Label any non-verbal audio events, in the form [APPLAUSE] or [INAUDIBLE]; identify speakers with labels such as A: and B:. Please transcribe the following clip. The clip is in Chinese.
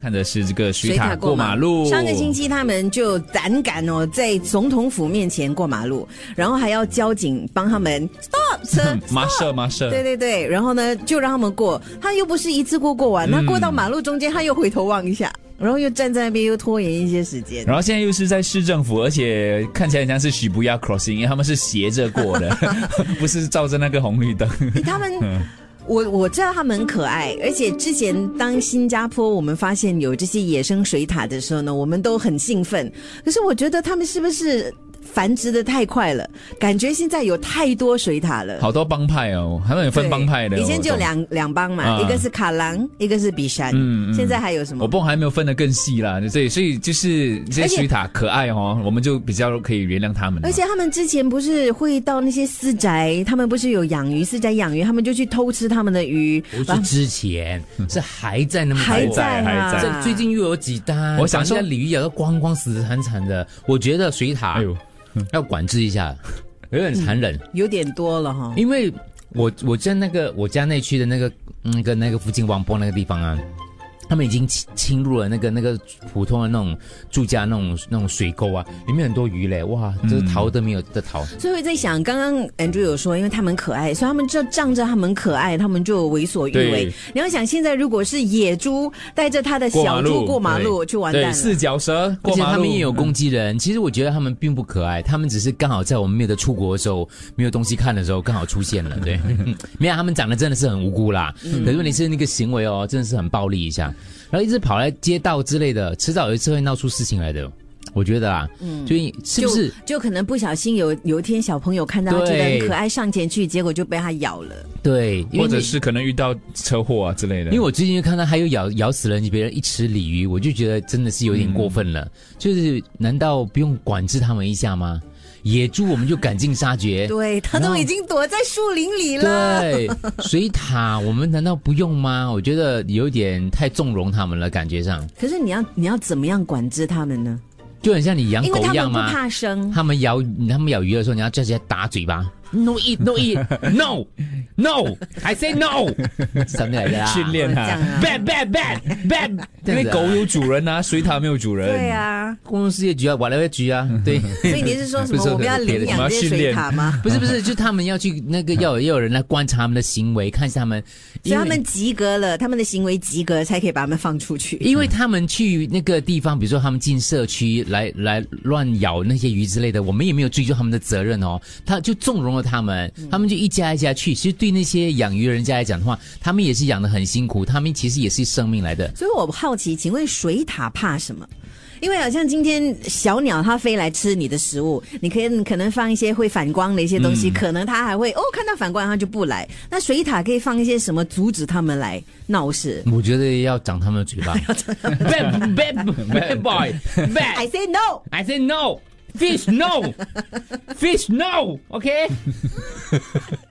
A: 看的是这个水
B: 水
A: 塔
B: 塔
A: 过
B: 过
A: 马
B: 马
A: 路。
B: 上个星期他们就胆敢哦，在总统府面前过马路，然后还要交警帮他们 stop 车
A: [LAUGHS] 嗯，马舍马舍，
B: 哦对对对，然后呢就让他们过，他又不是一次过过完，
A: 嗯
B: 他过到马路中间他又回头望一下，然后又站在那边又拖延一些时间。
A: 然后现在又是在市政府，而且看起来很像是许不亚 crossing，因为他们是斜着过
B: [LAUGHS]
A: 的，不是照着那个红绿灯。
B: 诶他们，
A: 嗯
B: 我我知道他们很可爱，而且之前当新加坡我们发现有这些野生水獭的时候呢，我们都很兴奋。可是我觉得他们是不是繁殖的太快了？感觉现在有太多水獭了。
A: 好多帮派哦，他们有分
B: 对
A: 帮派的。
B: 以前就
A: 我懂。
B: 两两帮嘛，
A: 啊
B: 一个是卡郎，一个是比山，
A: 嗯嗯
B: 现在还有什么？
A: 我不懂还没有分得更细啦，对，所以就是这些
B: 而且
A: 水塔可爱哦，我们就比较可以原谅他们啊了。
B: 而且他们之前不是会到那些私宅，他们不是有养鱼，私宅养鱼，他们就去偷吃他们的鱼，
C: 不是之前，是还在那么
B: 还
C: 多
B: 在啊，
A: 还
C: 这最近又有几单，
A: 我想
C: 把
A: 说
C: 人家鲤鱼咬到光光死死惨惨的，我觉得水塔
A: 哎呦，
C: 要管制一下，有点残忍，
B: 有点多了哈。
C: 因为我我在那个我家那区的那个那个那个附近王坡那个地方啊。他们已经侵侵入了那个那个普通的那种住家那种那种水沟啊，里面很多鱼嘞，哇，这
A: 嗯
C: 逃都没有得逃。
B: 所以我在想，刚刚 Andrew 有说，因为他们可爱，所以他们就仗着他们可爱，他们就为所欲为
A: 对。
B: 你要想，现在如果是野猪带着它的小猪过马路，就完蛋
A: 对，
B: 了。
A: 四脚蛇
C: 而
A: 过
C: 且
A: 马路，嗯
C: 他们也有攻击人。其实我觉得他们并不可爱，他们只是刚好在我们没有的出国的时候，没有东西看的时候，刚好出现了。对，嗯 [LAUGHS] 没有，他们长得真的是很无辜啦。
A: 嗯
C: 可是问题是那个行为哦，真的是很暴力一下，然后一直跑来街道之类的，迟早有一次会闹出事情来的。我觉得啊，嗯，所以是不是
B: 就就可能不小心有有一天小朋友看到它觉
C: 对
B: 得很可爱，上前去，结果就被它咬了。
C: 对？因为
A: 或者
C: 你
A: 是可能遇到车祸啊之类的。
C: 因为我最近就看到还有咬咬死人，别人一吃鲤鱼，我就觉得真的是有点过分了。
A: 嗯
C: 就是难道不用管制他们一下吗？野猪我们就赶尽杀绝，
B: 对，它
C: 然
B: 都
C: 后
B: 已经躲在树林里了。
C: 对，水塔我们难道不用吗？我觉得有点太纵容他们了，感觉上
B: 可是你要你要怎么样管制它们呢？
C: 就很像你养
B: 因为
C: 狗
B: 它们
C: 一样
B: 不
C: 嘛。
B: 怕生。
C: 他们咬他们咬鱼的时候，你要叫直接打嘴巴，no eat no eat [LAUGHS] no no I say no，什么来的啦？
A: 训练
B: 这样
A: 啊
B: 啊
A: ，bad bad bad bad，因
C: 这样子啊
A: 为狗有主人啊，水獭没有主人。
B: 对啊，
C: 公共事业局啊，瓦勒局啊，对。
B: 所以你是说什
C: 不是
B: 么？我们要
C: 别
B: 领
C: 的
B: 养这些
A: 我们要训
B: 水
A: 练
B: 獭吗？
C: 不是不是，就他们要去那个要有要有人来观察他们的行为，看一下他们，
B: 所以
C: 因
B: 他
C: 为
B: 们及格了，他们的行为及格，才可以把他们放出去。
C: 因为他们去那个地方，比如说他们进社区来来乱咬那些鱼之类的，我们也没有追究他们的责任哦，他就纵容了他们，他们就一家一家去。其实对那些养鱼人家来讲的话，他们也是养得很辛苦，他们其实也是生命来的。
B: 所以我好奇，请问水獭怕什么？因为好像今天小鸟它飞来吃你的食物，你可以你可能放一些会反光的一些东
C: 嗯
B: 西，可能它还会哦看到反光它就不来。那水獭可以放一些什么阻止它们来闹事
C: 我觉得要长他们的嘴巴 [LAUGHS] ，bad bad bad boy bad
B: ？I say no。
C: I said no. Fish no. Fish no. OK.